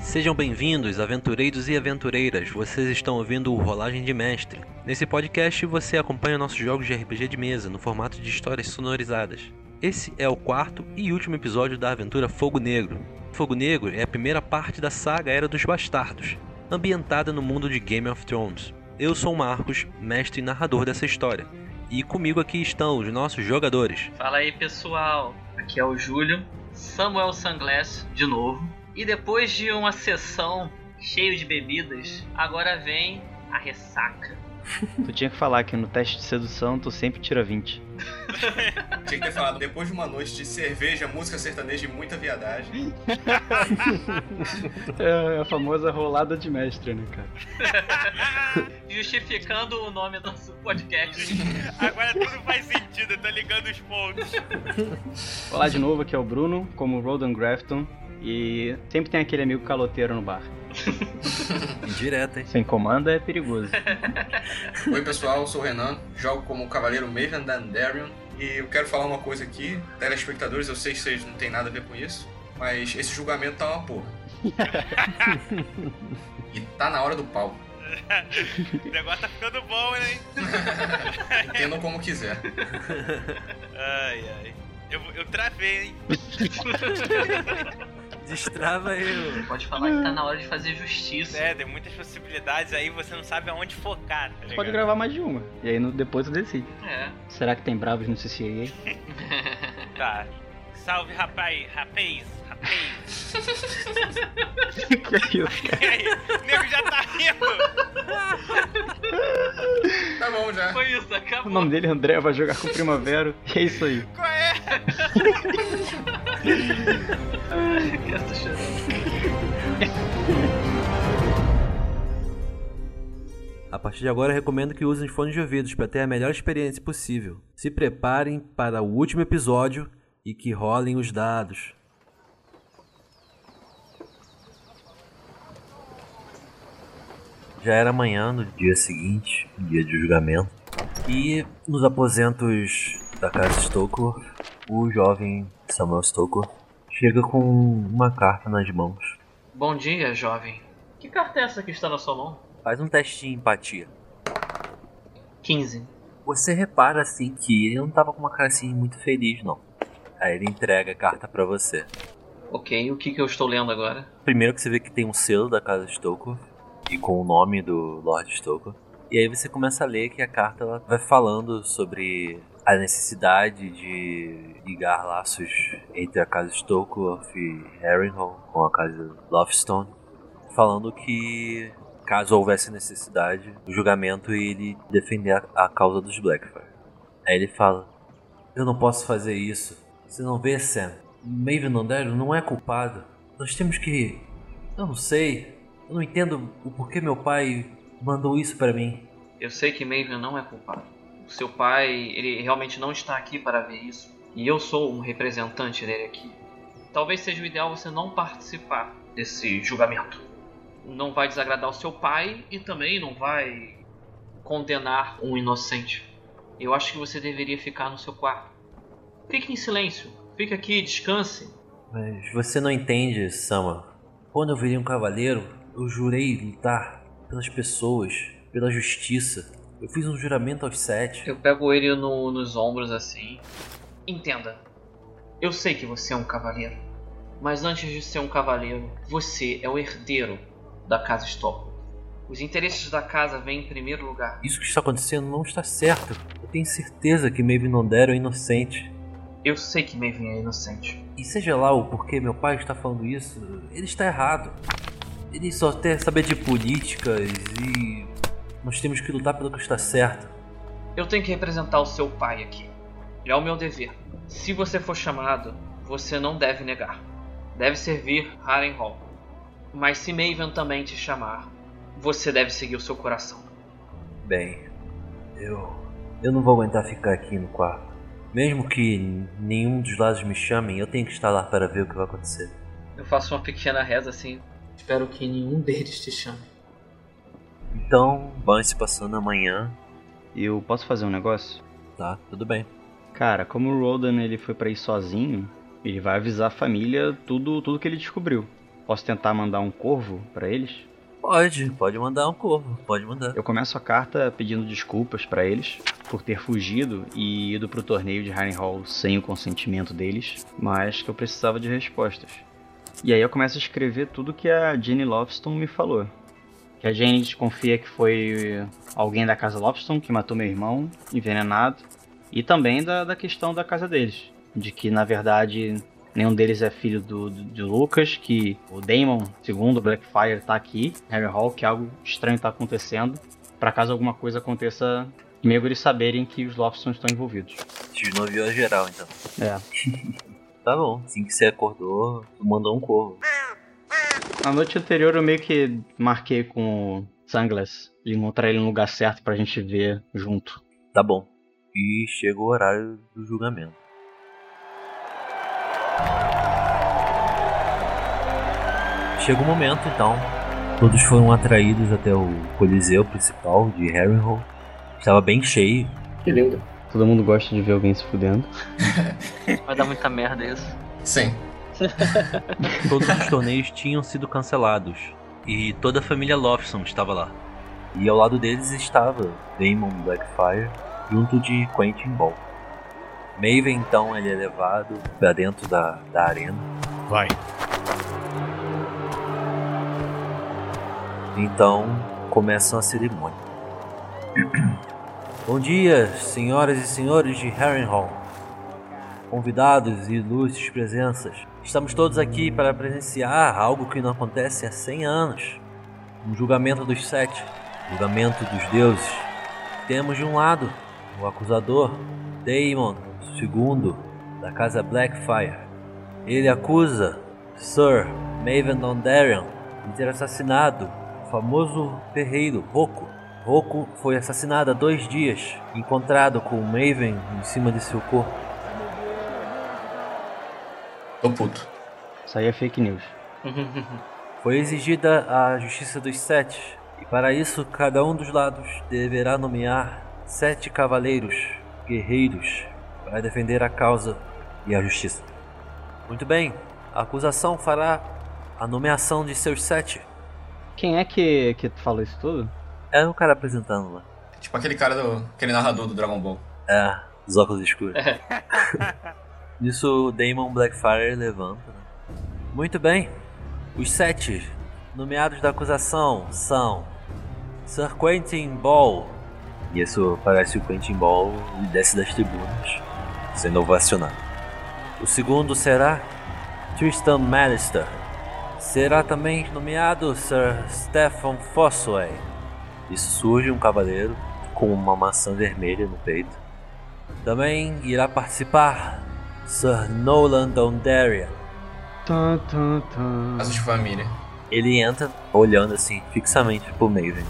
Sejam bem-vindos, aventureiros e aventureiras. Vocês estão ouvindo o Rolagem de Mestre. Nesse podcast você acompanha nossos jogos de RPG de mesa no formato de histórias sonorizadas. Esse é o quarto e último episódio da aventura Fogo Negro. Fogo Negro é a primeira parte da saga Era dos Bastardos, ambientada no mundo de Game of Thrones. Eu sou o Marcos, mestre e narrador dessa história. E comigo aqui estão os nossos jogadores. Fala aí pessoal, aqui é o Júlio, Samuel Sunglass de novo. E depois de uma sessão cheia de bebidas, agora vem a ressaca. Tu tinha que falar que no teste de sedução tu sempre tira 20. Tinha que ter falado, depois de uma noite de cerveja, música sertaneja e muita viadagem. É a famosa rolada de mestre, né, cara? Justificando o nome do nosso podcast. Agora tudo faz sentido, eu tô ligando os pontos. Olá de novo, aqui é o Bruno, como Rodan Grafton. E sempre tem aquele amigo caloteiro no bar. Direto, hein? Sem comanda é perigoso. Oi pessoal, eu sou o Renan, jogo como Cavaleiro Maven Dandarion. E eu quero falar uma coisa aqui, telespectadores, eu sei que vocês não tem nada a ver com isso, mas esse julgamento tá uma porra. e tá na hora do pau. O negócio tá ficando bom, hein? Entendam como quiser. Ai, ai. Eu, eu travei, hein? Destrava eu. Pode falar que tá na hora de fazer justiça. É, tem muitas possibilidades aí, você não sabe aonde focar, tá Tu pode ligado? gravar mais de uma. E aí no- depois tu decide. É. Será que tem bravos no CCA? Tá. Salve, rapaz, rapaz, rapaz. que é isso? E aí? O nego já tá rindo. Tá bom já. Foi isso, O acabou. nome dele é André, vai jogar com o Primavera. E é isso aí. Qual é? Que essa chorando. A partir de agora, recomendo que usem fones de ouvidos para ter a melhor experiência possível. Se preparem para o último episódio e que rolem os dados. Já era manhã no dia seguinte, dia de julgamento, e nos aposentos da casa Stoker, o jovem Samuel Stoker chega com uma carta nas mãos. Bom dia, jovem. Que carta é essa que está na sua mão? Faz um teste de empatia. 15. Você repara assim que ele não tava com uma cara assim muito feliz, não. Aí ele entrega a carta pra você. Ok, o que, que eu estou lendo agora? Primeiro que você vê que tem um selo da casa Stoker e com o nome do Lord Stoker. E aí você começa a ler que a carta ela vai falando sobre a necessidade de ligar laços entre a casa Stoker e Harrenhal com a casa Lovestone, falando que caso houvesse necessidade, o julgamento ele defender a a causa dos Blackfire. Aí ele fala: Eu não posso fazer isso. Você não vê, Sam? Maven Nandero não é culpado. Nós temos que. Eu não sei. Eu não entendo o porquê meu pai mandou isso pra mim. Eu sei que Maven não é culpado. O seu pai, ele realmente não está aqui para ver isso. E eu sou um representante dele aqui. Talvez seja o ideal você não participar desse julgamento. Não vai desagradar o seu pai e também não vai condenar um inocente. Eu acho que você deveria ficar no seu quarto. Fique em silêncio. Fique aqui, descanse. Mas você não entende, Sama. Quando eu virei um cavaleiro, eu jurei lutar pelas pessoas, pela justiça. Eu fiz um juramento aos sete. Eu pego ele no- nos ombros assim. Entenda. Eu sei que você é um cavaleiro. Mas antes de ser um cavaleiro, você é o herdeiro da casa Stockholm. Os interesses da casa vêm em primeiro lugar. Isso que está acontecendo não está certo. Eu tenho certeza que Maven Nandero é inocente. Eu sei que Maven é inocente. E seja lá o porquê meu pai está falando isso, ele está errado. Ele só quer saber de políticas e. Nós temos que lutar pelo que está certo. Eu tenho que representar o seu pai aqui. É o meu dever. Se você for chamado, você não deve negar. Deve servir Harrenhal. Mas se Maven também te chamar, você deve seguir o seu coração. Bem, eu. Eu não vou aguentar ficar aqui no quarto. Mesmo que nenhum dos lados me chamem, eu tenho que estar lá para ver o que vai acontecer. Eu faço uma pequena reza assim. Espero que nenhum deles te chame. Então, vai se passando amanhã. Eu posso fazer um negócio? Tá, tudo bem. Cara, como o Rodan ele foi pra ir sozinho, ele vai avisar a família tudo, tudo que ele descobriu. Posso tentar mandar um corvo pra eles? Pode, pode mandar um corvo, pode mandar. Eu começo a carta pedindo desculpas pra eles por ter fugido e ido pro torneio de Harry Hall sem o consentimento deles, mas que eu precisava de respostas. E aí eu começo a escrever tudo que a Jenny Lofton me falou. Que a Jenny desconfia que foi alguém da casa Lofton que matou meu irmão, envenenado, e também da, da questão da casa deles. De que, na verdade, nenhum deles é filho do, do, de Lucas, que o Damon, segundo o Blackfire, tá aqui, Harry Hall, que algo estranho tá acontecendo. Pra caso alguma coisa aconteça, meio eles saberem que os Lofton estão envolvidos. Desnoviou geral, então. É. Tá bom, assim que você acordou, tu mandou um corvo. Na noite anterior eu meio que marquei com o Sunglass de encontrar ele no lugar certo pra gente ver junto. Tá bom. E chega o horário do julgamento. Chega o momento, então. Todos foram atraídos até o coliseu principal de Harrenhal. Estava bem cheio. Que lindo. Todo mundo gosta de ver alguém se fudendo. Vai dar muita merda isso. Sim. Todos os torneios tinham sido cancelados. E toda a família Lofson estava lá. E ao lado deles estava Damon Blackfire, junto de Quentin Ball. Maven, então, ele é levado para dentro da, da arena. Vai. Então, começa a cerimônia. Bom dia, senhoras e senhores de Harrenhal. Convidados e ilustres presenças. Estamos todos aqui para presenciar algo que não acontece há 100 anos. Um julgamento dos sete, julgamento dos deuses. Temos de um lado o acusador, Daemon II, da casa Blackfire. Ele acusa Sir Maven Dondarrion de ter assassinado o famoso ferreiro Roku. Roku foi assassinado há dois dias, encontrado com o Maven em cima de seu corpo. Tô puto. Isso aí é fake news. Foi exigida a Justiça dos Sete, e para isso cada um dos lados deverá nomear sete cavaleiros, guerreiros, para defender a causa e a justiça. Muito bem, a acusação fará a nomeação de seus sete. Quem é que, que falou isso tudo? É o cara apresentando lá. Tipo aquele cara do. aquele narrador do Dragon Ball. É, os óculos escuros. Nisso o Damon Blackfire levanta. né? Muito bem. Os sete nomeados da acusação são Sir Quentin Ball. E isso parece o Quentin Ball e desce das tribunas, sendo ovacionado. O segundo será Tristan Malister. Será também nomeado Sir Stephen Fossway. Isso surge um cavaleiro com uma maçã vermelha no peito. Também irá participar Sir Nolan Dondarrion. Tá, tá, tá. Caso de família. Ele entra olhando assim fixamente pro Maven.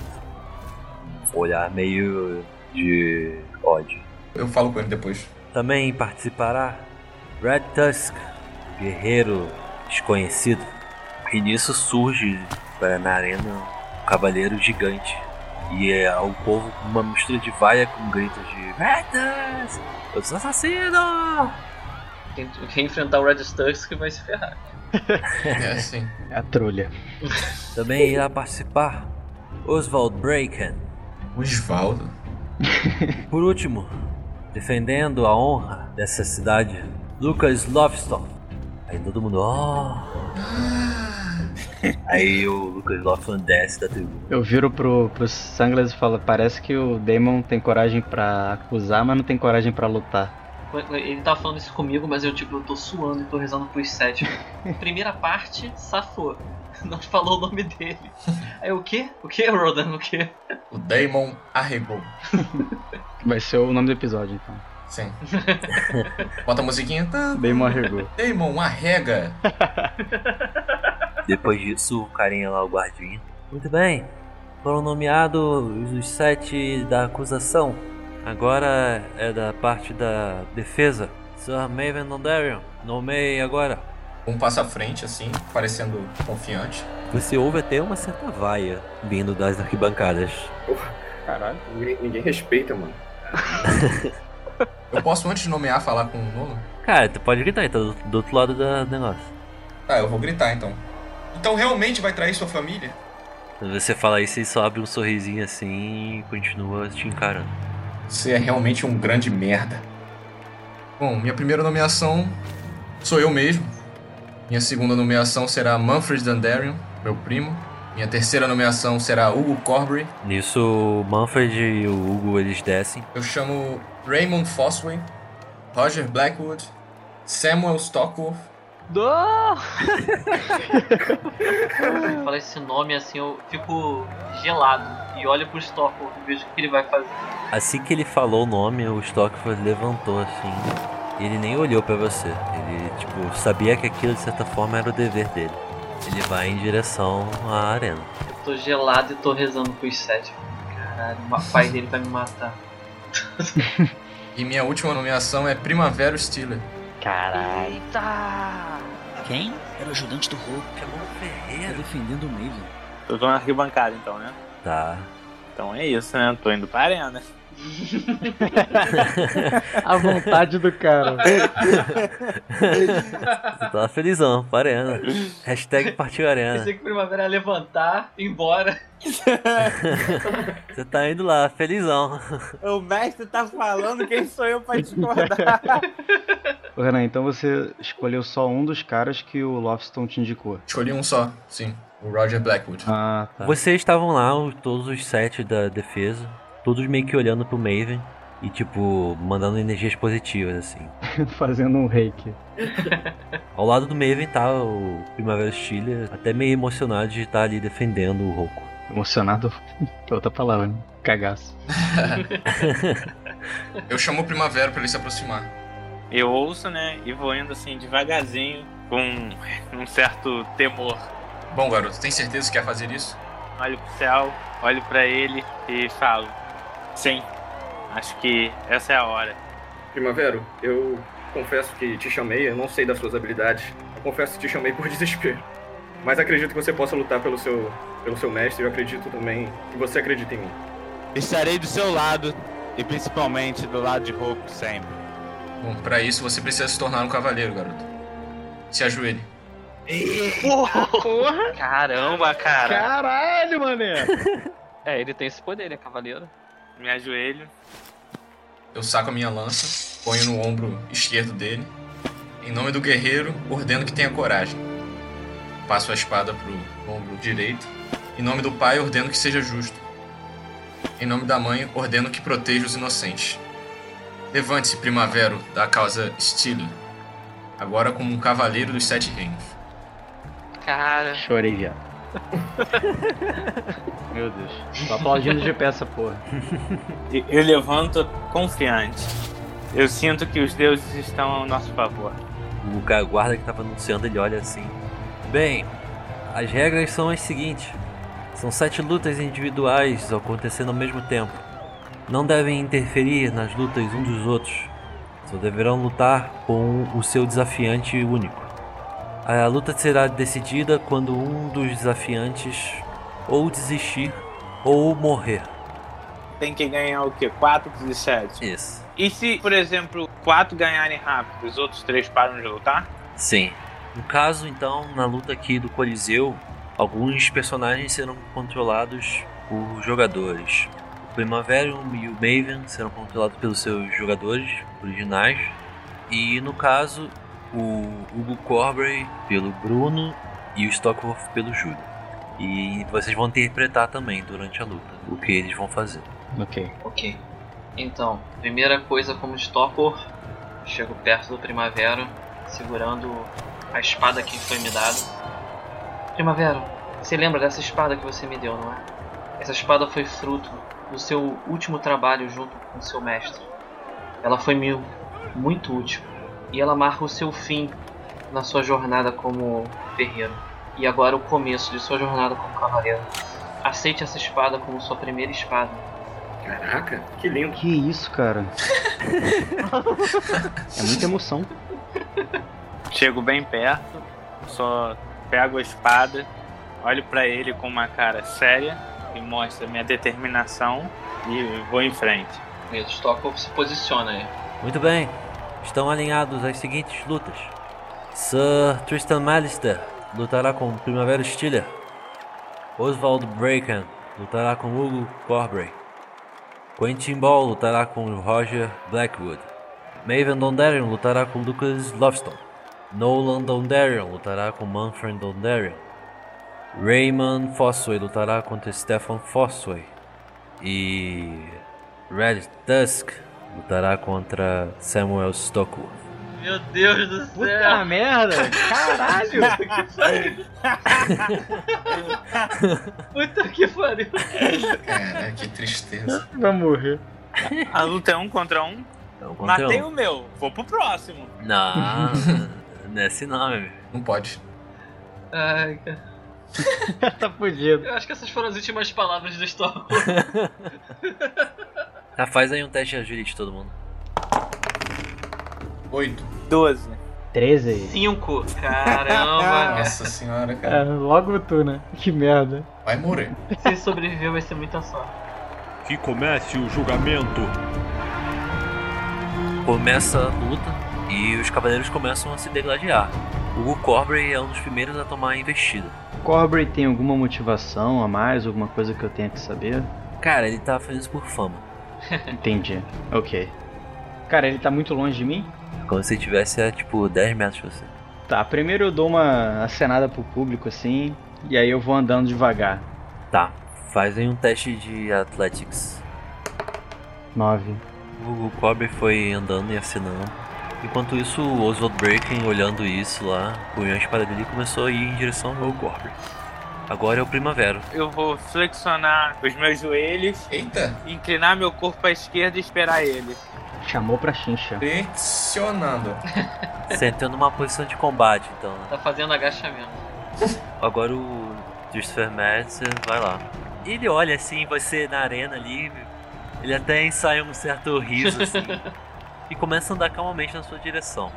Um olhar meio de ódio. Eu falo com ele depois. Também participará Red Tusk, guerreiro desconhecido. E nisso surge para na arena um cavaleiro gigante. E é o povo com uma mistura de vaia com gritos de Red Tusk! Eu sou assassino! Quem, quem enfrentar o Red Stux que vai se ferrar. É, sim. É a trolha. Também irá participar Oswald Braken. Osvaldo. Por último, defendendo a honra dessa cidade, Lucas Lofton. Aí todo mundo, ó. Ah, Aí o Lucas Lofton desce da tribuna. Eu viro pro, pro Sanglas e falo: parece que o Damon tem coragem pra acusar, mas não tem coragem pra lutar. Ele tá falando isso comigo, mas eu tipo, eu tô suando e tô rezando pros sete. Primeira parte, safou. Não falou o nome dele. Aí eu, o quê? O quê, Rodan? O quê? O Damon arregou. Vai ser o nome do episódio, então. Sim. Bota a musiquinha. Tá, Damon arregou. Damon arrega. Depois disso, o carinha lá, o guardinha. Muito bem, foram nomeados os sete da acusação. Agora é da parte da defesa. Sir Maven Dondarrion, nomeie agora. Um passo à frente, assim, parecendo confiante. Você ouve até uma certa vaia vindo das arquibancadas. Caralho. Ninguém, ninguém respeita, mano. Eu posso, antes de nomear, falar com o Nuno? Cara, tu pode gritar, tá do, do outro lado do negócio. Ah, eu vou gritar então. Então realmente vai trair sua família? Quando você fala isso, ele só abre um sorrisinho assim e continua te encarando. Você é realmente um grande merda. Bom, minha primeira nomeação sou eu mesmo. Minha segunda nomeação será Manfred Dandarion, meu primo. Minha terceira nomeação será Hugo Corbury. Nisso, o Manfred e o Hugo eles descem. Eu chamo Raymond Fosway, Roger Blackwood, Samuel Stockwell. Não! Quando fala esse nome assim, eu fico gelado e olho pro Stockholm e vejo o que ele vai fazer. Assim que ele falou o nome, o Stockford levantou assim. Ele nem olhou pra você. Ele, tipo, sabia que aquilo de certa forma era o dever dele. Ele vai em direção à arena. Eu tô gelado e tô rezando pros sete. Caralho, o pai dele vai me matar. E minha última nomeação é Primavera Steeler. Caralho. Quem? Era o ajudante do Hulk. Camão Tá Ferreira. defendendo o Maven. Eu tô na arquibancada então, né? Tá. Então é isso, né? Tô indo pra arena. A vontade do cara. Você tá felizão, pra arena. Hashtag partiu arena. Pensei que primavera ia levantar, ir embora. Você tá indo lá, felizão. o mestre tá falando quem sou eu pra discordar. Ô, Renan, então você escolheu só um dos caras que o Lofton te indicou. Escolhi um só, sim. O Roger Blackwood. Ah, tá. Vocês estavam lá, os- todos os sete da defesa, todos meio que olhando pro Maven e, tipo, mandando energias positivas, assim. Fazendo um reiki. Ao lado do Maven tá o Primavera Chile, até meio emocionado de estar ali defendendo o Roku. Emocionado. Outra palavra, né? Cagaço. Eu chamo o Primavera pra ele se aproximar. Eu ouço, né? E vou indo assim devagarzinho, com um certo temor. Bom, garoto, tem certeza que quer fazer isso? Olho pro céu, olho pra ele e falo: Sim, acho que essa é a hora. Primavero, eu confesso que te chamei, eu não sei das suas habilidades. Eu confesso que te chamei por desespero. Mas acredito que você possa lutar pelo seu, pelo seu mestre, eu acredito também que você acredita em mim. Estarei do seu lado e principalmente do lado de Roku sempre. Bom, pra isso você precisa se tornar um cavaleiro, garoto. Se ajoelhe. Caramba, cara! Caralho, mané! É, ele tem esse poder, ele é cavaleiro. Me ajoelho. Eu saco a minha lança, ponho no ombro esquerdo dele. Em nome do guerreiro, ordeno que tenha coragem. Passo a espada pro ombro direito. Em nome do pai, ordeno que seja justo. Em nome da mãe, ordeno que proteja os inocentes. Levante-se, primavero, da causa estilo. Agora como um cavaleiro dos sete reinos. Cara. Chorei, viado. Meu Deus. Tô aplaudindo de pé essa porra. E Eu levanto confiante. Eu sinto que os deuses estão ao nosso favor. O ca- guarda que tava anunciando, ele olha assim. Bem, as regras são as seguintes. São sete lutas individuais acontecendo ao mesmo tempo. Não devem interferir nas lutas uns dos outros. Só deverão lutar com o seu desafiante único. A luta será decidida quando um dos desafiantes ou desistir ou morrer. Tem que ganhar o quê? 4 de 7. Isso. E se, por exemplo, quatro ganharem rápido, os outros três param de lutar? Sim. No caso, então, na luta aqui do Coliseu, alguns personagens serão controlados por jogadores. O Primavera e o Maven serão controlados pelos seus jogadores originais. E no caso, o Hugo Corbury pelo Bruno e o Stockworth pelo Júlio. E vocês vão interpretar também durante a luta o que eles vão fazer. Ok. Ok. Então, primeira coisa como Stalker, chego perto do Primavera, segurando a espada que foi me dada. Primavera, você lembra dessa espada que você me deu, não é? Essa espada foi fruto do seu último trabalho junto com seu mestre. Ela foi mil, muito útil, e ela marca o seu fim na sua jornada como ferreiro, e agora o começo de sua jornada como cavaleiro. Aceite essa espada como sua primeira espada. Caraca, que lindo. Que isso, cara? É muita emoção. Chego bem perto, só pego a espada, olho pra ele com uma cara séria e mostro a minha determinação e vou em frente. Isso, Stockholm se posiciona aí. Muito bem, estão alinhados as seguintes lutas: Sir Tristan Malister lutará com Primavera Stiller. Oswald Bracken lutará com Hugo Corbrey. Quentin Ball lutará com Roger Blackwood. Maven Dondarion lutará com Lucas Lovestone. Nolan Dondarion lutará com Manfred Dondarion. Raymond Fossway lutará contra Stefan Fossway. E Red Tusk lutará contra Samuel Stockwood. Meu Deus do céu. Puta merda! Caralho! Puta que pariu. Cara, É, né? que tristeza. Vai morrer. A luta é um contra um. Então, contra Matei um. o meu, vou pro próximo. Não, não é assim não, meu amigo. Não pode. Ai, cara. tá fudido. Eu acho que essas foram as últimas palavras do Storm. Tá, faz aí um teste de agility todo mundo. Oito. 12. 13. Cinco. Caramba. cara. Nossa senhora, É, cara. logo tu, né? Que merda. Vai morrer. Se sobreviver vai ser muita sorte. Que comece o julgamento. Começa a luta e os cavaleiros começam a se degladiar. O Corbury é um dos primeiros a tomar a investida. Corbury tem alguma motivação a mais? Alguma coisa que eu tenha que saber? Cara, ele tá fazendo isso por fama. Entendi. Ok. Cara, ele tá muito longe de mim? Como se ele tivesse a, tipo, 10 metros de você. Tá, primeiro eu dou uma acenada pro público assim, e aí eu vou andando devagar. Tá, faz aí um teste de Athletics. 9. O Corbury foi andando e assinando. Enquanto isso, o Oswald Braken, olhando isso lá, punhou a espada dele e começou a ir em direção ao Corbury. Agora é o Primavera. Eu vou flexionar os meus joelhos, Eita, inclinar meu corpo pra esquerda e esperar ele. Chamou pra chincha. pressionando. Você entrou numa posição de combate, então, né? Tá fazendo agachamento. Agora o Christopher Mads vai lá. Ele olha assim, você na arena ali, ele até ensaia um certo riso assim. e começa a andar calmamente na sua direção.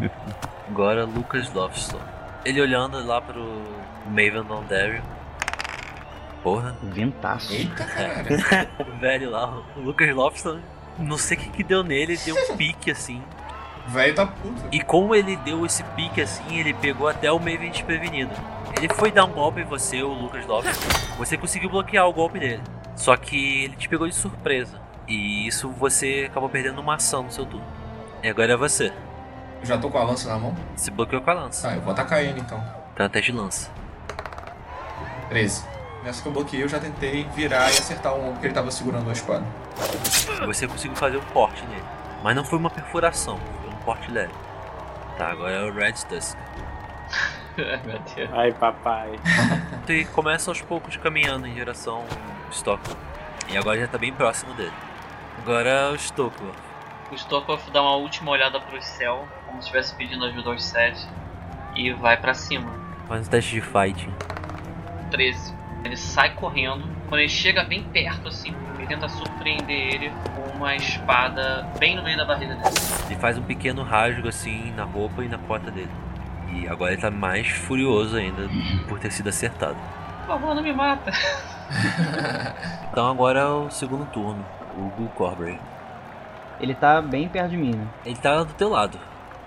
Agora Lucas Lovestone. Ele olhando lá pro Maven Dondarion. Porra, Ventaço. Eita, cara. o velho lá, o Lucas Lovestone. Não sei o que, que deu nele, ele deu um pique assim. O Velho tá puto. E como ele deu esse pique assim, ele pegou até o Maven desprevenido. Ele foi dar um golpe em você, o Lucas Lopes. Você conseguiu bloquear o golpe dele. Só que ele te pegou de surpresa. E isso você acabou perdendo uma ação no seu turno. E agora é você. Eu já tô com a lança na mão. Se bloqueou com a lança. Ah, eu vou atacar ele então. Então até de lança. 13. Nessa que eu bloqueei, eu já tentei virar e acertar o ombro que ele tava segurando a espada. Você conseguiu fazer um corte nele. Mas não foi uma perfuração, foi um corte leve. Tá, agora é o Red Tusk. Ai, meu Deus. Ai, papai. E começa aos poucos caminhando em direção ao Stockholm. E agora já tá bem próximo dele. Agora é o Stockholm. O Storkoff dá uma última olhada pro céu, como se estivesse pedindo ajuda aos sete, e vai pra cima. Faz um teste de fighting. 13. Ele sai correndo. Quando ele chega bem perto, assim, ele tenta surpreender ele com uma espada bem no meio da barriga dele. Ele faz um pequeno rasgo assim na roupa e na porta dele. E agora ele tá mais furioso ainda por ter sido acertado. Por favor, não me mata. Então agora é o segundo turno. O Hugo Corbury. Ele tá bem perto de mim, né? Ele tá do teu lado.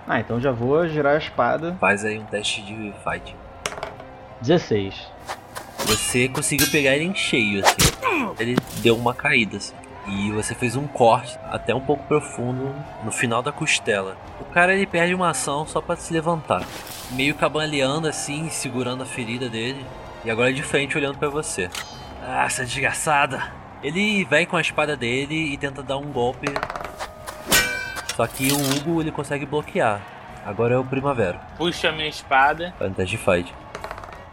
Ah, então já vou girar a espada. Faz aí um teste de fight. 16. Você conseguiu pegar ele em cheio, assim. Ele deu uma caída, assim. E você fez um corte até um pouco profundo no final da costela. O cara ele perde uma ação só pra se levantar. Meio cabaleando assim, segurando a ferida dele. E agora de frente olhando pra você. Ah, essa desgraçada! Ele vem com a espada dele e tenta dar um golpe. Só que o Hugo ele consegue bloquear. Agora é o Primavera. Puxo a minha espada. Faz um teste de fight.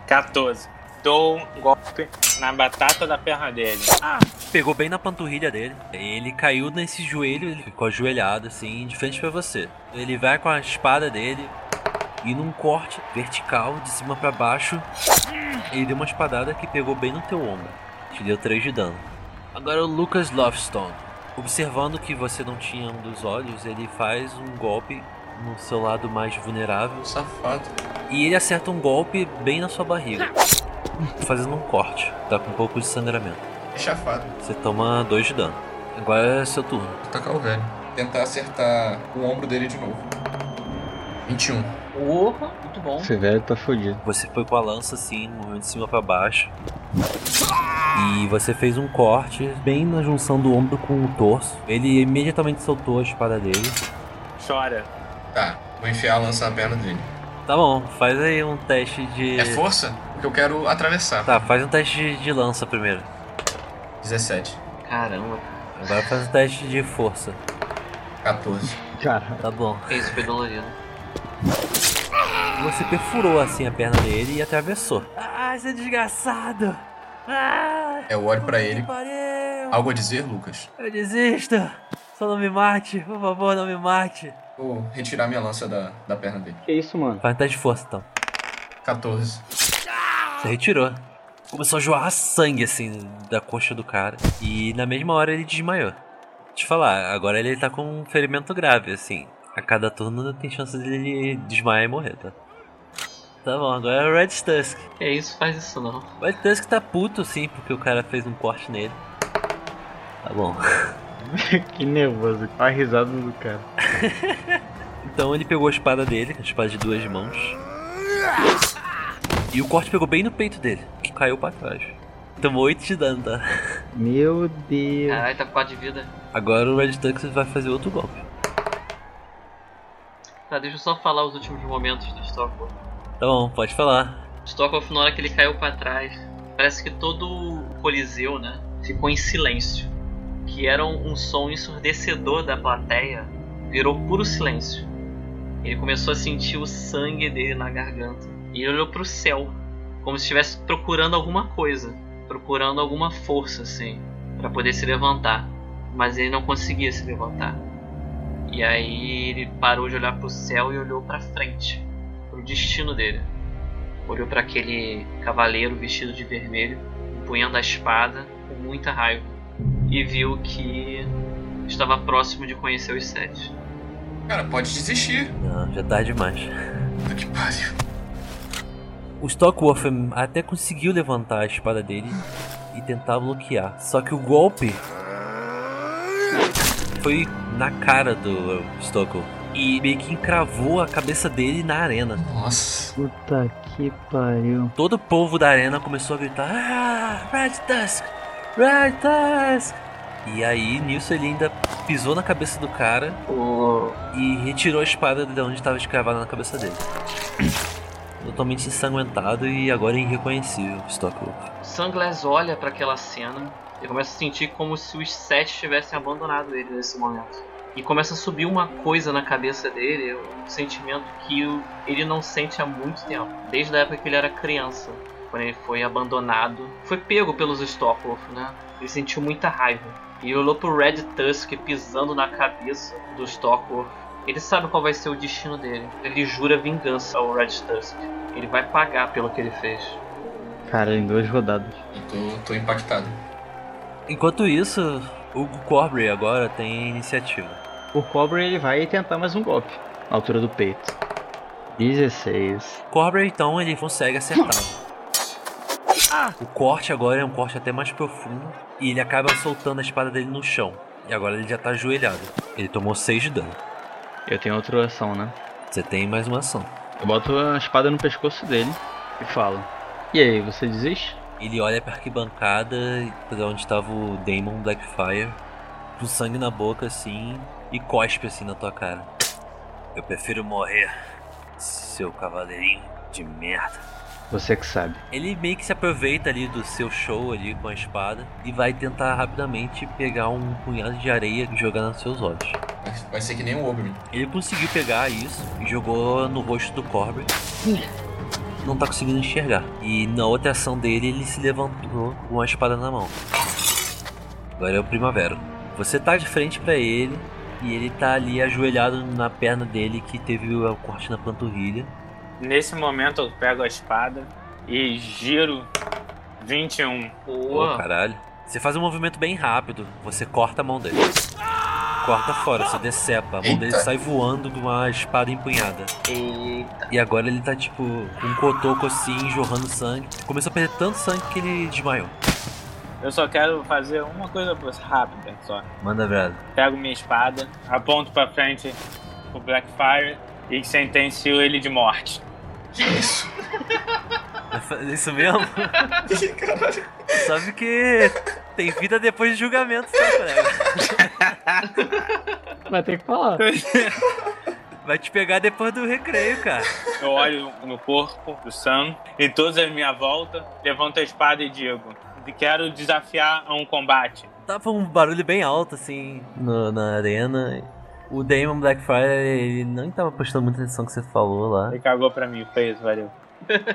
14. Dou um golpe na batata da perna dele. Ah, Pegou bem na panturrilha dele. Ele caiu nesse joelho, ele ficou ajoelhado assim, de frente pra você. Ele vai com a espada dele e num corte vertical, de cima pra baixo, ele deu uma espadada que pegou bem no teu ombro. Te deu 3 de dano. Agora o Lucas Lovestone. Observando que você não tinha um dos olhos, ele faz um golpe no seu lado mais vulnerável Safado. e ele acerta um golpe bem na sua barriga, fazendo um corte. Tá com um pouco de sangramento. É Chafado. Você toma 2 de dano. Agora é seu turno. Vou Atacar o velho. Tentar acertar o ombro dele de novo. 21. Opa, muito bom. Esse velho tá fodido. Você foi com a lança assim, movendo de cima pra baixo. E você fez um corte bem na junção do ombro com o torso. Ele imediatamente soltou a espada dele. Chora. Tá, vou enfiar a lança na perna dele. Tá bom, faz aí um teste de. É força? Porque eu quero atravessar. Tá, faz um teste de, de lança primeiro. 17. Caramba, Agora faz um teste de força. 14. Cara, Tá bom. isso foi dolorido. Você perfurou assim a perna dele e atravessou. Ah, você é desgraçado! Ah! É, Eu olho pra ele. Que pariu! Algo a dizer, Lucas? Eu desisto! Só não me mate, por favor, não me mate. Vou retirar minha lança da, da perna dele. que isso, mano? Faz um teste de força então. 14. Você retirou. Começou a jorrar sangue assim da coxa do cara. E na mesma hora ele desmaiou. Te falar, agora ele tá com um ferimento grave, assim. A cada turno tem chance dele desmaiar e morrer, tá? Tá bom, agora é o Red Tusk. É isso, faz isso não. O Red Tusk tá puto sim, porque o cara fez um corte nele. Tá bom. que nervoso. Olha a risada do cara. Então ele pegou a espada dele, a espada de duas mãos. E o corte pegou bem no peito dele, que caiu pra trás. Tomou 8 de dano, tá? Meu Deus. Caralho, tá com 4 de vida. Agora o Red Tusk vai fazer outro golpe. Tá, deixa eu só falar os últimos momentos do Stockwolf. Tá bom, pode falar. Stockwolf, na hora que ele caiu pra trás, parece que todo o Coliseu, né, ficou em silêncio. Que era um, um som ensurdecedor da plateia, virou puro silêncio. Ele começou a sentir o sangue dele na garganta. E ele olhou pro céu, como se estivesse procurando alguma coisa, procurando alguma força, assim, pra poder se levantar. Mas ele não conseguia se levantar. E aí ele parou de olhar pro céu e olhou pra frente, pro destino dele. Olhou pra aquele cavaleiro vestido de vermelho, empunhando a espada com muita raiva, e viu que estava próximo de conhecer os sete. Cara, pode desistir. Não, já tá demais. Puta que pariu. O Stockworth até conseguiu levantar a espada dele e tentar bloquear. Só que o golpe foi na cara do Stockworth. E meio que encravou a cabeça dele na arena. Nossa. Puta que pariu. Todo o povo da arena começou a gritar: Ah, Red Tusk! Red Tusk! E aí, nisso, ele ainda pisou na cabeça do cara O e retirou a espada de onde estava escravada na cabeça dele. Totalmente ensanguentado e agora irreconhecível, Stockworth. Sunglass olha pra aquela cena e começa a sentir como se os sete tivessem abandonado ele nesse momento. E começa a subir uma coisa na cabeça dele, um sentimento que o- ele não sente há muito tempo, desde a época que ele era criança, quando ele foi abandonado. Foi pego pelos Stockholm, né? Ele sentiu muita raiva. E olhou pro Red Tusk pisando na cabeça do Stockholm. Ele sabe qual vai ser o destino dele. Ele jura vingança ao Red Tusk. Ele vai pagar pelo que ele fez. Cara, em duas rodadas. Eu tô, tô impactado. Enquanto isso, o Corbury agora tem iniciativa. O Cobra ele vai tentar mais um golpe. Na altura do peito. 16. Corbury então ele consegue acertar. O corte agora é um corte até mais profundo e ele acaba soltando a espada dele no chão. E agora ele já tá ajoelhado. Ele tomou 6 de dano. Eu tenho outra ação, né? Você tem mais uma ação. Eu boto a espada no pescoço dele e falo. E aí, você desiste? Ele olha pra arquibancada, pra onde estava o Damon Blackfire, com sangue na boca assim, e cospe assim na tua cara. Eu prefiro morrer, seu cavaleirinho de merda. Você que sabe. Ele meio que se aproveita ali do seu show ali com a espada e vai tentar rapidamente pegar um punhado de areia e jogar nos seus olhos. Vai, vai ser que nem um o Oberyn. Ele conseguiu pegar isso e jogou no rosto do Corbin. Não tá conseguindo enxergar. E na outra ação dele, ele se levantou com a espada na mão. Agora é o Primavera. Você tá de frente pra ele e ele tá ali ajoelhado na perna dele que teve o corte na panturrilha. Nesse momento eu pego a espada e giro 21. Pô, Boa! caralho. Você faz um movimento bem rápido, você corta a mão dele. Corta fora, você decepa. A mão dele Eita. sai voando de uma espada empunhada. Eita, E agora ele tá tipo com um cotoco assim, jorrando sangue. Começou a perder tanto sangue que ele desmaiou. Eu só quero fazer uma coisa pra você, rápida só. Manda brasa. Pego minha espada, aponto pra frente o Blackfire e sentenciou ele de morte. Que isso? Vai fazer É Isso mesmo? Ih, Caralho. Sabe que tem vida depois de julgamento, né, tá, colega? Vai ter que falar. Vai te pegar depois do recreio, cara. Eu olho no corpo do Sam e todos à minha volta, levanto a espada e digo: Quero desafiar a um combate. Tava um barulho bem alto, assim, no- na arena. O Damon Blackfire, ele não tava prestando muita atenção no que você falou lá. Ele cagou pra mim, foi isso, valeu.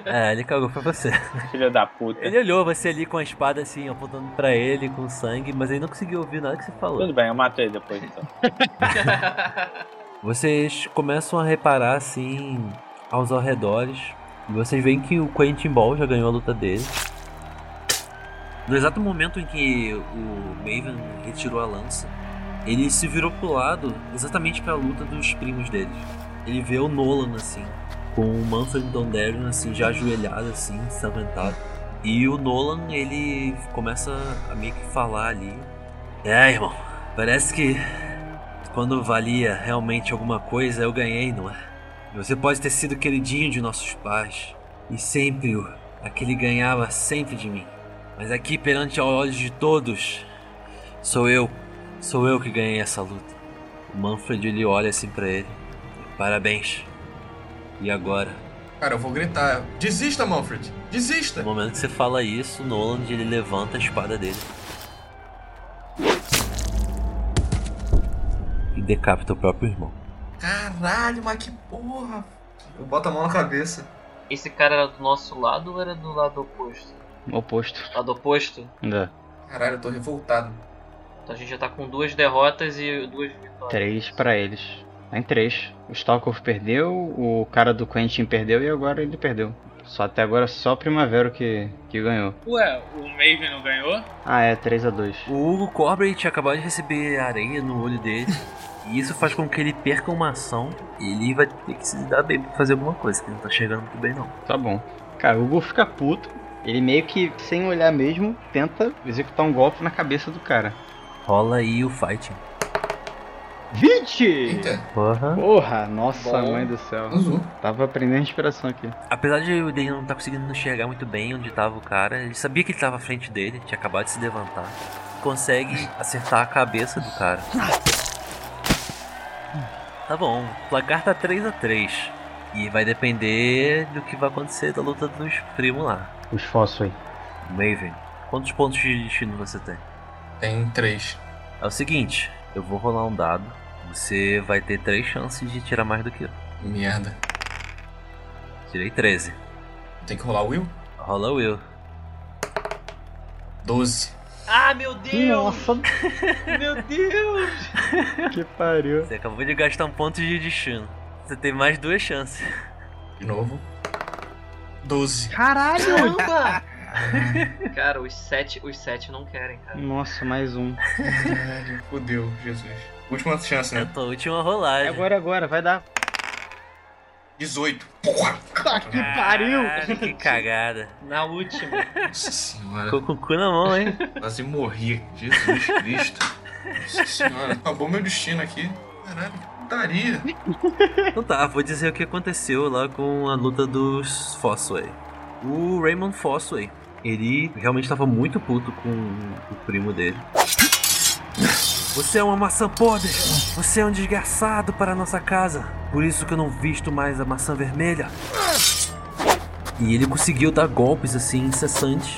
É, ele cagou pra você. Filho da puta. Ele olhou você ali com a espada, assim, apontando pra ele, com sangue, mas ele não conseguiu ouvir nada que você falou. Tudo bem, eu mato ele depois então. Vocês começam a reparar assim aos arredores e vocês veem que o Quentin Ball já ganhou a luta dele. No exato momento em que o Maven retirou a lança, ele se virou pro lado exatamente pra luta dos primos deles. Ele vê o Nolan assim, com o Manfred Donderion assim já ajoelhado assim, ensanguentado. E o Nolan ele começa a meio que falar ali. É, irmão, parece que quando valia realmente alguma coisa, eu ganhei, não é? Você pode ter sido queridinho de nossos pais, e sempre o- aquele ganhava sempre de mim. Mas aqui, perante aos olhos de todos, sou eu, sou eu que ganhei essa luta. O Manfred ele olha assim pra ele. Parabéns. E agora? Cara, eu vou gritar. Desista, Manfred. Desista. No momento que você fala isso, o Nolan ele levanta a espada dele. E decapita o próprio irmão. Caralho, mas que porra. Eu boto a mão na cabeça. Esse cara era do nosso lado ou era do lado oposto? Oposto. Lado oposto? Ainda. Caralho, eu tô revoltado. Então a gente já tá com duas derrotas e duas vitórias. Três pra eles. Tá em três. O Stalkov perdeu, o cara do Quentin perdeu e agora ele perdeu. Só até agora só o Primavera que, que ganhou. Ué, o Maven não ganhou? Ah, é 3 a 2 O Hugo Corbett acabou de receber areia no olho dele. e isso faz com que ele perca uma ação. E ele vai ter que se dar bem pra fazer alguma coisa, que ele não tá chegando muito bem, não. Tá bom. Cara, o Hugo fica puto. Ele meio que, sem olhar mesmo, tenta executar um golpe na cabeça do cara. Rola aí o fighting. 20! Eita, Porra. Porra, nossa Bom. mãe do céu. azul. Tava aprendendo a inspiração aqui. Apesar de o Daniel não tá conseguindo enxergar muito bem onde tava o cara, ele sabia que ele tava à frente dele, tinha acabado de se levantar. Consegue acertar a cabeça do cara. Tá bom, o placar tá 3 a 3 E vai depender do que vai acontecer da luta dos primos lá. Os fósseis aí. Maven, quantos pontos de destino você tem? Tem três. É o seguinte, eu vou rolar um dado. Você vai ter três chances de tirar mais do que eu. Merda. Tirei 13. Tem que rolar o Will? Rola o Will. 12. Ah, meu Deus! Nossa, Meu Deus! que pariu. Você acabou de gastar um ponto de destino. Você tem mais duas chances. De novo. 12. Caralho! Caramba! cara, os sete, os sete não querem, cara. Nossa, mais um. Caralho, fodeu, Jesus. Última chance, É né? a tua última rolagem. Agora, agora, vai dar. 18. Porra! Que pariu! Caralho, que cagada. Na última. Nossa senhora. Ficou com o cu na mão, hein? Quase morri. Jesus Cristo. Nossa senhora. Acabou meu destino aqui. Caralho, que putaria. Então tá, vou dizer o que aconteceu lá com a luta dos Fossway. O Raymond Fossway, ele realmente tava muito puto com o primo dele. Você é uma maçã podre! Você é um desgraçado para a nossa casa! Por isso que eu não visto mais a maçã vermelha! E ele conseguiu dar golpes assim incessantes.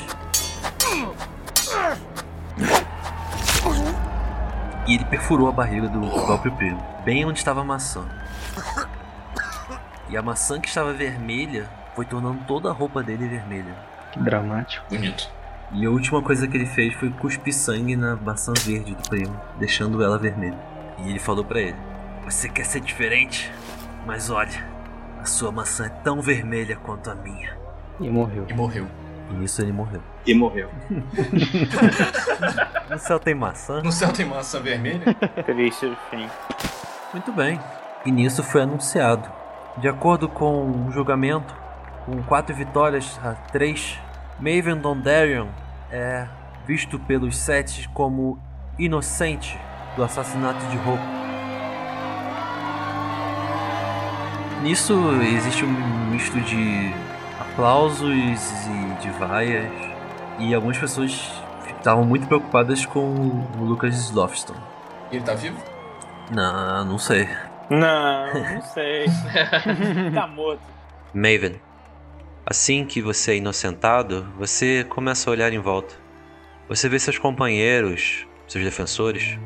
E ele perfurou a barriga do próprio primo, bem onde estava a maçã. E a maçã que estava vermelha foi tornando toda a roupa dele vermelha. Que dramático. Bonito. E a última coisa que ele fez foi cuspir sangue na maçã verde do primo, deixando ela vermelha. E ele falou pra ele: Você quer ser diferente? Mas olha, a sua maçã é tão vermelha quanto a minha. E morreu. E morreu. E isso ele morreu. E morreu. No céu tem maçã? No céu tem maçã vermelha? Triste fim. Muito bem. E nisso foi anunciado. De acordo com o julgamento, com quatro vitórias a três, Maven Dondarion é visto pelos sete como inocente do assassinato de Hope. Nisso existe um misto de aplausos e de vaias. E algumas pessoas estavam muito preocupadas com o Lucas Lofton. Ele tá vivo? Não, não sei. Não, não sei. tá morto. Maven, assim que você é inocentado, você começa a olhar em volta. Você vê seus companheiros, seus defensores,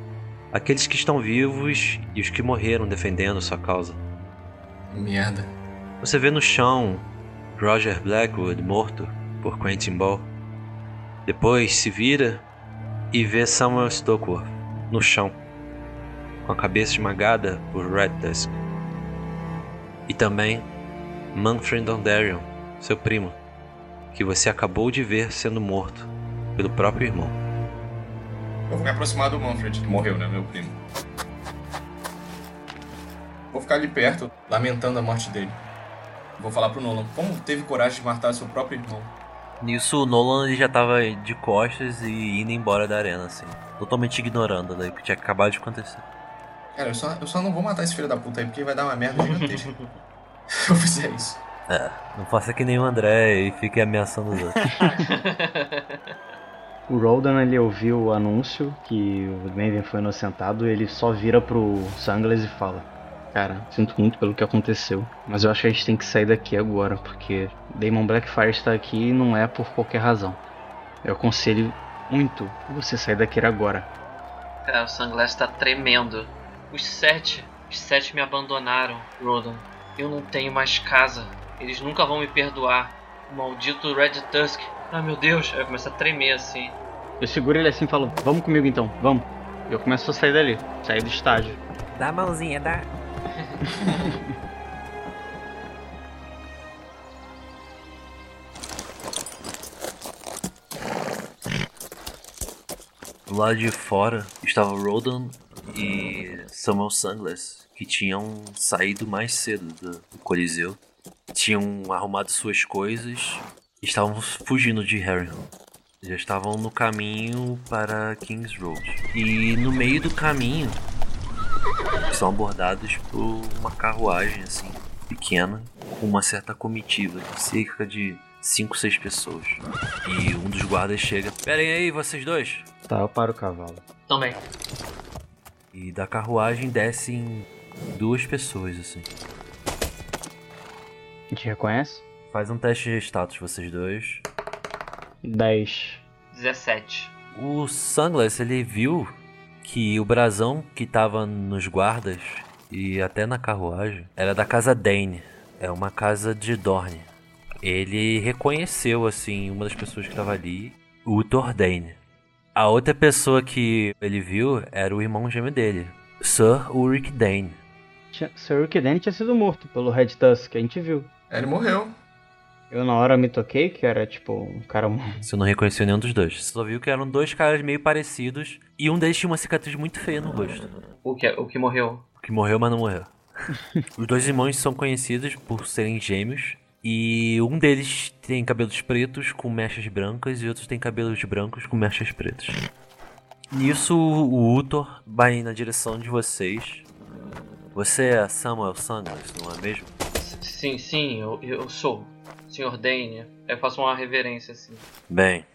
aqueles que estão vivos e os que morreram defendendo sua causa. Merda. Você vê no chão Roger Blackwood morto por Quentin Ball. Depois se vira e vê Samuel Stockworth no chão, com a cabeça esmagada por Red Dusk. E também Manfred Dondarion, seu primo, que você acabou de ver sendo morto pelo próprio irmão. Eu vou me aproximar do Manfred, que morreu, né, meu primo. Vou ficar ali perto, lamentando a morte dele. Vou falar pro Nolan como teve coragem de matar seu próprio irmão. Nisso, o Nolan ele já tava de costas e indo embora da arena, assim. Totalmente ignorando daí o que tinha acabado de acontecer. Cara, eu só, eu só não vou matar esse filho da puta aí, porque vai dar uma merda gigantesca. Se eu fizer isso. É, não faça que nem o André e fique ameaçando os outros. O Roldan ele ouviu o anúncio que o Maven foi inocentado, ele só vira pro Sanglas e fala: Cara, sinto muito pelo que aconteceu, mas eu acho que a gente tem que sair daqui agora, porque Damon Blackfire está aqui e não é por qualquer razão. Eu aconselho muito você sair daqui agora. Cara, o Sunglass tá tremendo. Os sete, os sete me abandonaram, Rodan. Eu não tenho mais casa. Eles nunca vão me perdoar. O maldito Red Tusk. Ah, meu Deus. Aí começa a tremer assim. Eu seguro ele assim e falo: Vamos comigo então, vamos. Eu começo a sair dali, sair do estádio. Dá a mãozinha, dá. Lá de fora estava Rodan e Samuel Sunglass, que tinham saído mais cedo do, do Coliseu. Tinham arrumado suas coisas e estavam fugindo de Harryhall. Já estavam no caminho para King's Road. E no meio do caminho são abordados por uma carruagem assim, pequena, com uma certa comitiva de cerca de 5, 6 pessoas. E um dos guardas chega. Esperem aí, vocês dois. Tá, eu paro o cavalo. Também. E da carruagem descem duas pessoas, assim. A gente reconhece? Faz um teste de status, vocês dois. 10. 17. O Sunglass, ele viu que o brasão que tava nos guardas e até na carruagem era da casa Dane. É uma casa de Dorne. Ele reconheceu, assim, uma das pessoas que tava ali, o Tordane. A outra pessoa que ele viu era o irmão gêmeo dele, Sir Ulrich Dane. Tinha- Sir Rick Danny tinha sido morto pelo Red Tusk, a gente viu. É, Ele morreu. Eu na hora me toquei que era tipo um cara. mu- Você não reconheceu nenhum dos dois. Você só viu que eram dois caras meio parecidos e um deles tinha uma cicatriz muito feia no rosto. O que, é, o que morreu? Que morreu, mas não morreu. Os dois irmãos são conhecidos por serem gêmeos. E um deles tem cabelos pretos com mechas brancas e outros tem cabelos brancos com mechas pretas. Nisso, o Uthor vai na direção de vocês. Você é Samuel Sanders, não é mesmo? S- Sim, sim, eu, eu sou. Senhor Dane. Aí eu faço uma reverência assim. Bem,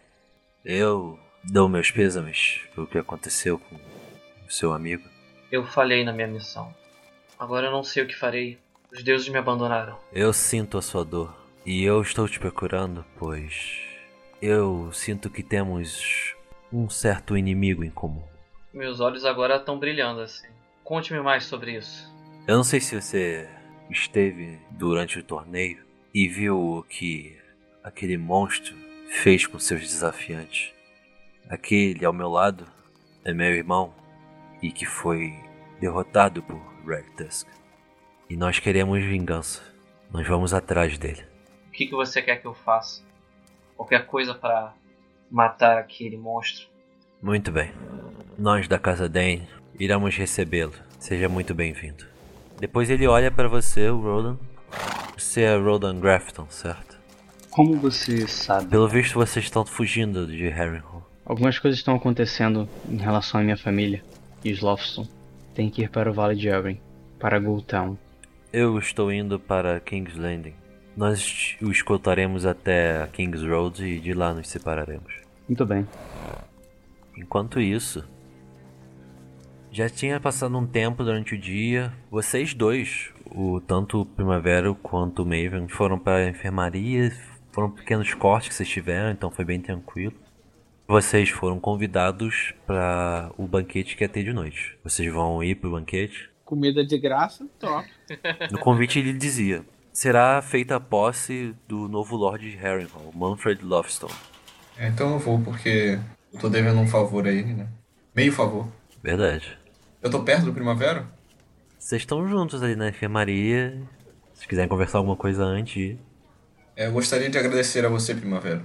eu dou meus pêsames pelo que aconteceu com o seu amigo. Eu falhei na minha missão. Agora eu não sei o que farei. Os deuses me abandonaram. Eu sinto a sua dor e eu estou te procurando, pois eu sinto que temos um certo inimigo em comum. Meus olhos agora estão brilhando assim. Conte-me mais sobre isso. Eu não sei se você esteve durante o torneio e viu o que aquele monstro fez com seus desafiantes. Aquele ao meu lado é meu irmão e que foi derrotado por Red Tusk. E nós queremos vingança. Nós vamos atrás dele. O que, que você quer que eu faça? Qualquer coisa pra matar aquele monstro. Muito bem. Nós da Casa Den iremos recebê-lo. Seja muito bem-vindo. Depois ele olha para você, o Roland. Você é Roland Grafton, certo? Como você sabe? Pelo visto vocês estão fugindo de Harrenhal. Algumas coisas estão acontecendo em relação à minha família e os Lofton. Tem que ir para o Vale de Elbrin, para Gultown. Eu estou indo para King's Landing. Nós o escoltaremos até King's Road e de lá nos separaremos. Muito bem. Enquanto isso, já tinha passado um tempo durante o dia. Vocês dois, o tanto o Primavera quanto o Maven, foram para a enfermaria. Foram pequenos cortes que vocês tiveram, então foi bem tranquilo. Vocês foram convidados para o banquete que ia ter de noite. Vocês vão ir pro banquete? Comida de graça, top. No convite ele dizia: será feita a posse do novo Lord Harrenhal, Manfred Lovestone. É, então eu vou, porque eu tô devendo um favor a ele, né? Meio favor. Verdade. Eu tô perto do Primavera? Vocês estão juntos ali na enfermaria. Se quiserem conversar alguma coisa antes. de- É, eu gostaria de agradecer a você, Primavera.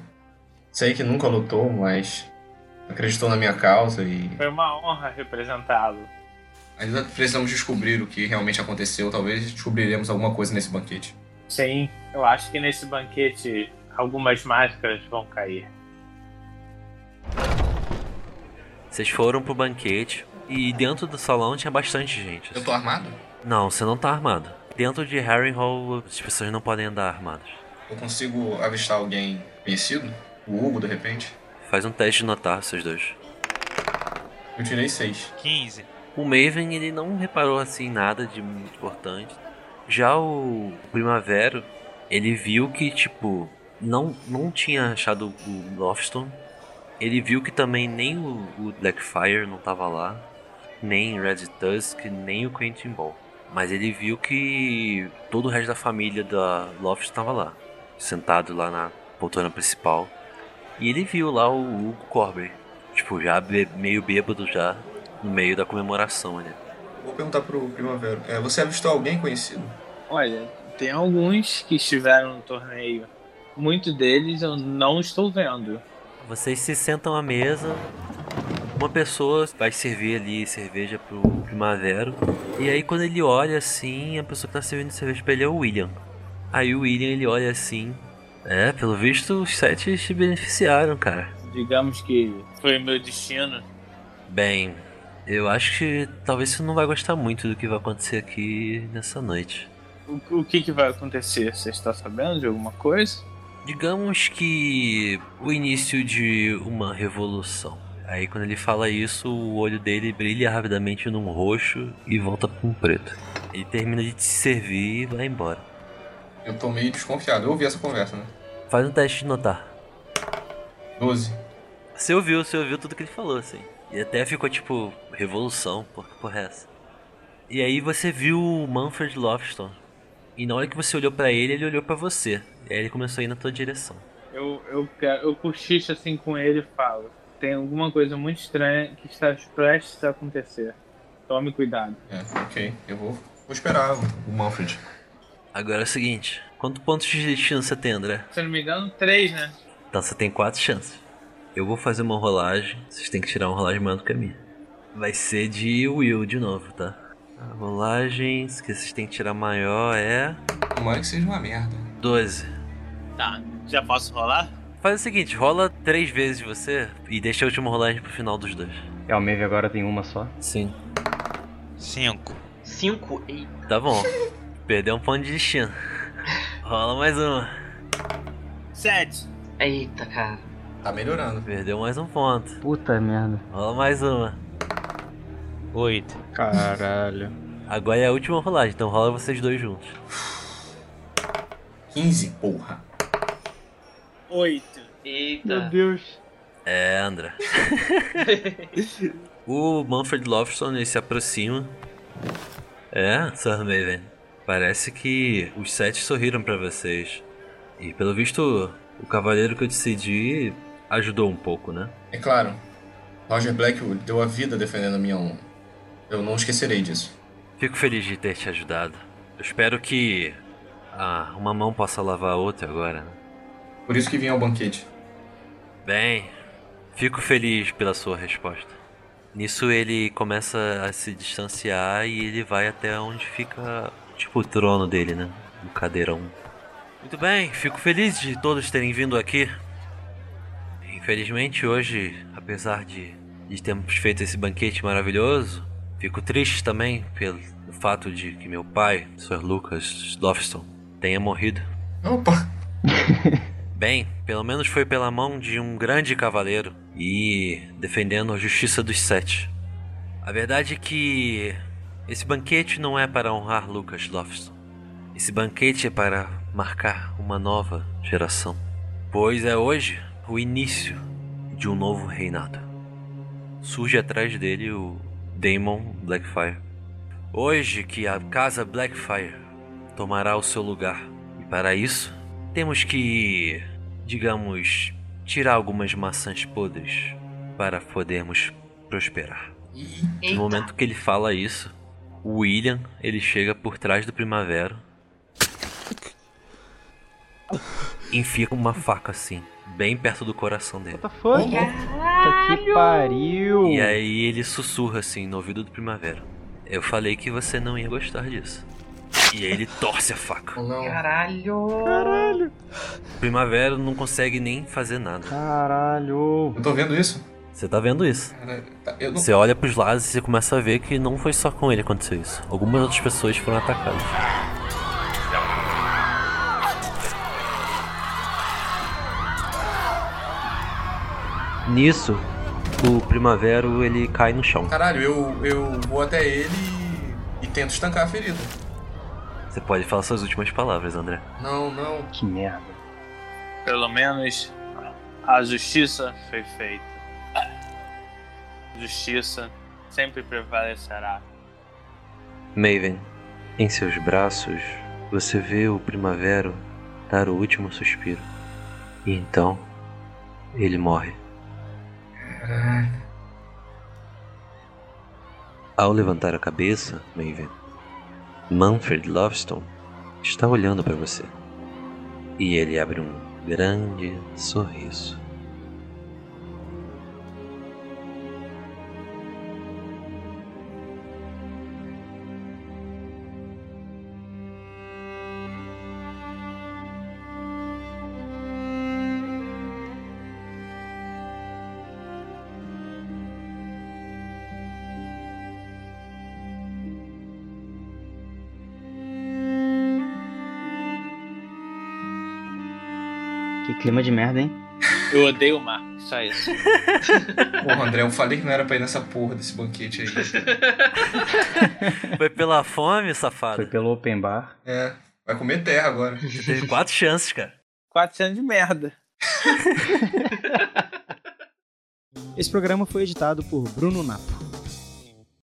Sei que nunca lutou, mas acreditou na minha causa e Foi uma honra representá-lo. ainda precisamos descobrir o que realmente aconteceu. Talvez descobriremos alguma coisa nesse banquete. Sim, eu acho que nesse banquete algumas máscaras vão cair. Vocês foram pro banquete e dentro do salão tinha bastante gente. assim. Eu tô armado? Não, você não tá armado. Dentro de Harrenhal as pessoas não podem andar armadas. Eu consigo avistar alguém conhecido? O Hugo, de repente? Faz um teste de notar, vocês dois. Eu tirei seis. 15. O Maven ele não reparou assim nada de muito importante. Já o Primavero, ele viu que tipo não não tinha achado o Lofton. Ele viu que também nem o, o Blackfire não tava lá, nem Red Tusk, nem o Quentin Ball. Mas ele viu que todo o resto da família da Loft estava lá, sentado lá na poltrona principal. E ele viu lá o Hugo Corby, tipo, já bê- meio bêbado já, no meio da comemoração, né? Vou perguntar pro Primavera. É, você avistou alguém conhecido? Olha, tem alguns que estiveram no torneio. Muitos deles eu não estou vendo. Vocês se sentam à mesa. Uma pessoa vai servir ali cerveja pro Primavero. E aí quando ele olha assim, a pessoa que tá servindo cerveja pra ele é o William. Aí o William ele olha assim. É, pelo visto os sete se beneficiaram, cara. Digamos que foi meu destino. Bem, eu acho que talvez você não vai gostar muito do que vai acontecer aqui nessa noite. O, o que, que vai acontecer? Você está sabendo de alguma coisa? Digamos que o início de uma revolução. Aí quando ele fala isso, o olho dele brilha rapidamente num roxo e volta para um preto. Ele termina de te servir e vai embora. Eu tô meio desconfiado. Eu ouvi essa conversa, né? Faz um teste de notar. 12. Você ouviu, você ouviu tudo que ele falou, assim. E até ficou tipo, revolução, por que porra é essa? E aí você viu o Manfred Lofton. E na hora que você olhou pra ele, ele olhou pra você. E aí ele começou a ir na tua direção. Eu, eu, quero- eu cochicho assim com ele e falo: tem alguma coisa muito estranha que está prestes a acontecer. Tome cuidado. É, ok. Eu vou, vou esperar o Manfred. Agora é o seguinte, quantos pontos de destino você tem, André? Se eu não me engano, três, né? Então você tem quatro chances. Eu vou fazer uma rolagem, vocês têm que tirar uma rolagem maior do que a minha. Vai ser de Will de novo, tá? A rolagem que vocês têm que tirar maior é. Tomara que seja uma merda. 12. Tá, já posso rolar? Faz o seguinte, rola três vezes você e deixa a última rolagem pro final dos dois. É, o Maeve agora tem uma só. Sim. 5. 5? Eita. Tá bom. Perdeu um ponto de destino. Rola mais uma. 7. Eita, cara. Tá melhorando. Perdeu mais um ponto. Puta merda. Rola mais uma. 8. Caralho. Agora é a última rolagem, então rola vocês dois juntos. 15, porra. 8. Eita. Deus. É, André. o Manfred Lofton ele se aproxima. É, Sir Maven. Parece que os sete sorriram pra vocês. E pelo visto, o cavaleiro que eu decidi ajudou um pouco, né? É claro, Roger Blackwood deu a vida defendendo a minha honra. Eu não esquecerei disso. Fico feliz de ter te ajudado. Eu espero que ah, uma mão possa lavar a outra agora. né? Por isso que vim ao banquete. Bem, fico feliz pela sua resposta. Nisso ele começa a se distanciar e ele vai até onde fica, tipo, o trono dele, né? O cadeirão. Muito bem, fico feliz de todos terem vindo aqui. Infelizmente hoje, apesar de, de termos feito esse banquete maravilhoso, Fico triste também pelo fato de que meu pai, Sr. Lucas Lofton, tenha morrido. Opa! Bem, pelo menos foi pela mão de um grande cavaleiro e defendendo a justiça dos sete. A verdade é que esse banquete não é para honrar Lucas Lofton. Esse banquete é para marcar uma nova geração, pois é hoje o início de um novo reinado. Surge atrás dele o Daemon Blackfire. Hoje que a casa Blackfire tomará o seu lugar. E para isso, temos que, digamos, tirar algumas maçãs podres para podermos prosperar. Eita. No momento que ele fala isso, o William ele chega por trás do Primavera, enfia uma faca assim, bem perto do coração dele. Puta que pariu! Hum. E aí ele sussurra assim no ouvido do Primavera. Eu falei que você não ia gostar disso. E aí ele torce a faca. Caralho! Caralho! Primavera não consegue nem fazer nada. Caralho! Eu tô vendo isso? Você tá vendo isso. Tá, eu não- Você olha pros lados e você começa a ver que não foi só com ele que aconteceu isso. Algumas outras pessoas foram atacadas. Nisso, o Primavero ele cai no chão. Caralho, eu, eu vou até ele e, e tento estancar a ferida. Você pode falar suas últimas palavras, André. Não, não. Que merda. Pelo menos a justiça foi feita. Justiça sempre prevalecerá. Maven, em seus braços, você vê o Primavero dar o último suspiro. E então, ele morre. Caralho. Ao levantar a cabeça, Maven, Manfred Lovestone está olhando para você. E ele abre um grande sorriso. Que clima de merda, hein? Eu odeio o mar, só isso. Porra, André, eu falei que não era pra ir nessa porra desse banquete aí. Foi pela fome, safado? Foi pelo open bar. É, vai comer terra agora. Você teve quatro chances, cara. 400 de merda. Esse programa foi editado por Bruno Napo.